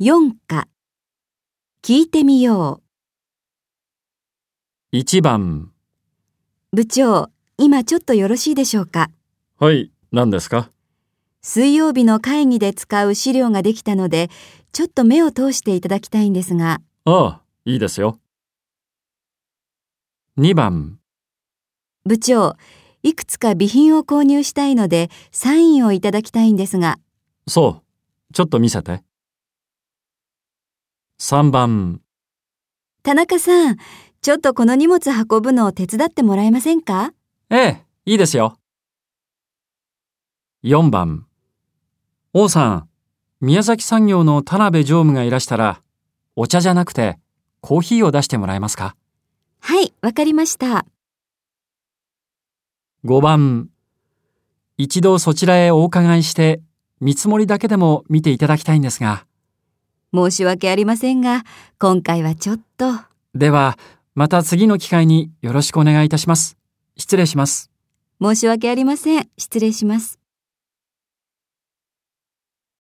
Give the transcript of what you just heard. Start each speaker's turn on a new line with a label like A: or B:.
A: 4課聞いてみよ
B: 1番
A: う。部長、今ちょっとよろしいでしょうか。
B: はい何ですか
A: 水曜日の会議で使う資料ができたので、ちょっと目を通していただきたいんですが、
B: ああいいですよ2番
A: 部長、いくつか備品を購入したいので、サインをいただきたいんですが、
B: そうちょっと見せて3番
A: 田中さん、ちょっとこの荷物運ぶのを手伝ってもらえませんか
B: ええいいですよ4番王さん宮崎産業の田辺常務がいらしたらお茶じゃなくてコーヒーを出してもらえますか
A: はい、わかりました。
B: 5番一度そちらへお伺いして見積もりだけでも見ていただきたいんですが
A: 申し訳ありませんが、今回はちょっと。
B: では、また次の機会によろしくお願いいたします。失礼します。
A: 申し訳ありません。失礼します。